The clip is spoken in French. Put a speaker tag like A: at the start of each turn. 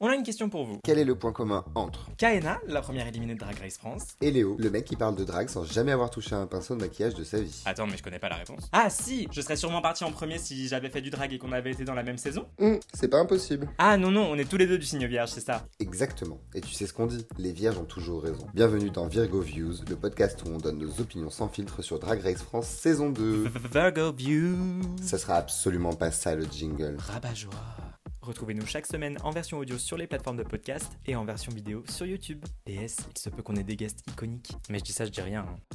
A: J'aurais une question pour vous.
B: Quel est le point commun entre
A: Kaena, la première éliminée de Drag Race France.
B: et Léo, le mec qui parle de drague sans jamais avoir touché à un pinceau de maquillage de sa vie
A: Attends, mais je connais pas la réponse. Ah si, je serais sûrement parti en premier si j'avais fait du drag et qu'on avait été dans la même saison.
B: Hum, C'est pas impossible.
A: Ah non, non, on est tous les deux du signe vierge, c'est ça.
B: Exactement. Et tu sais ce qu'on dit, les vierges ont toujours raison. Bienvenue dans Virgo Views, le podcast où on donne nos opinions sans filtre sur Drag Race France saison 2.
A: Virgo View.
B: Ça sera absolument pas ça le jingle.
A: Rabat joie. Retrouvez-nous chaque semaine en version audio sur les plateformes de podcast et en version vidéo sur YouTube. PS, il se peut qu'on ait des guests iconiques. Mais je dis ça, je dis rien. hein.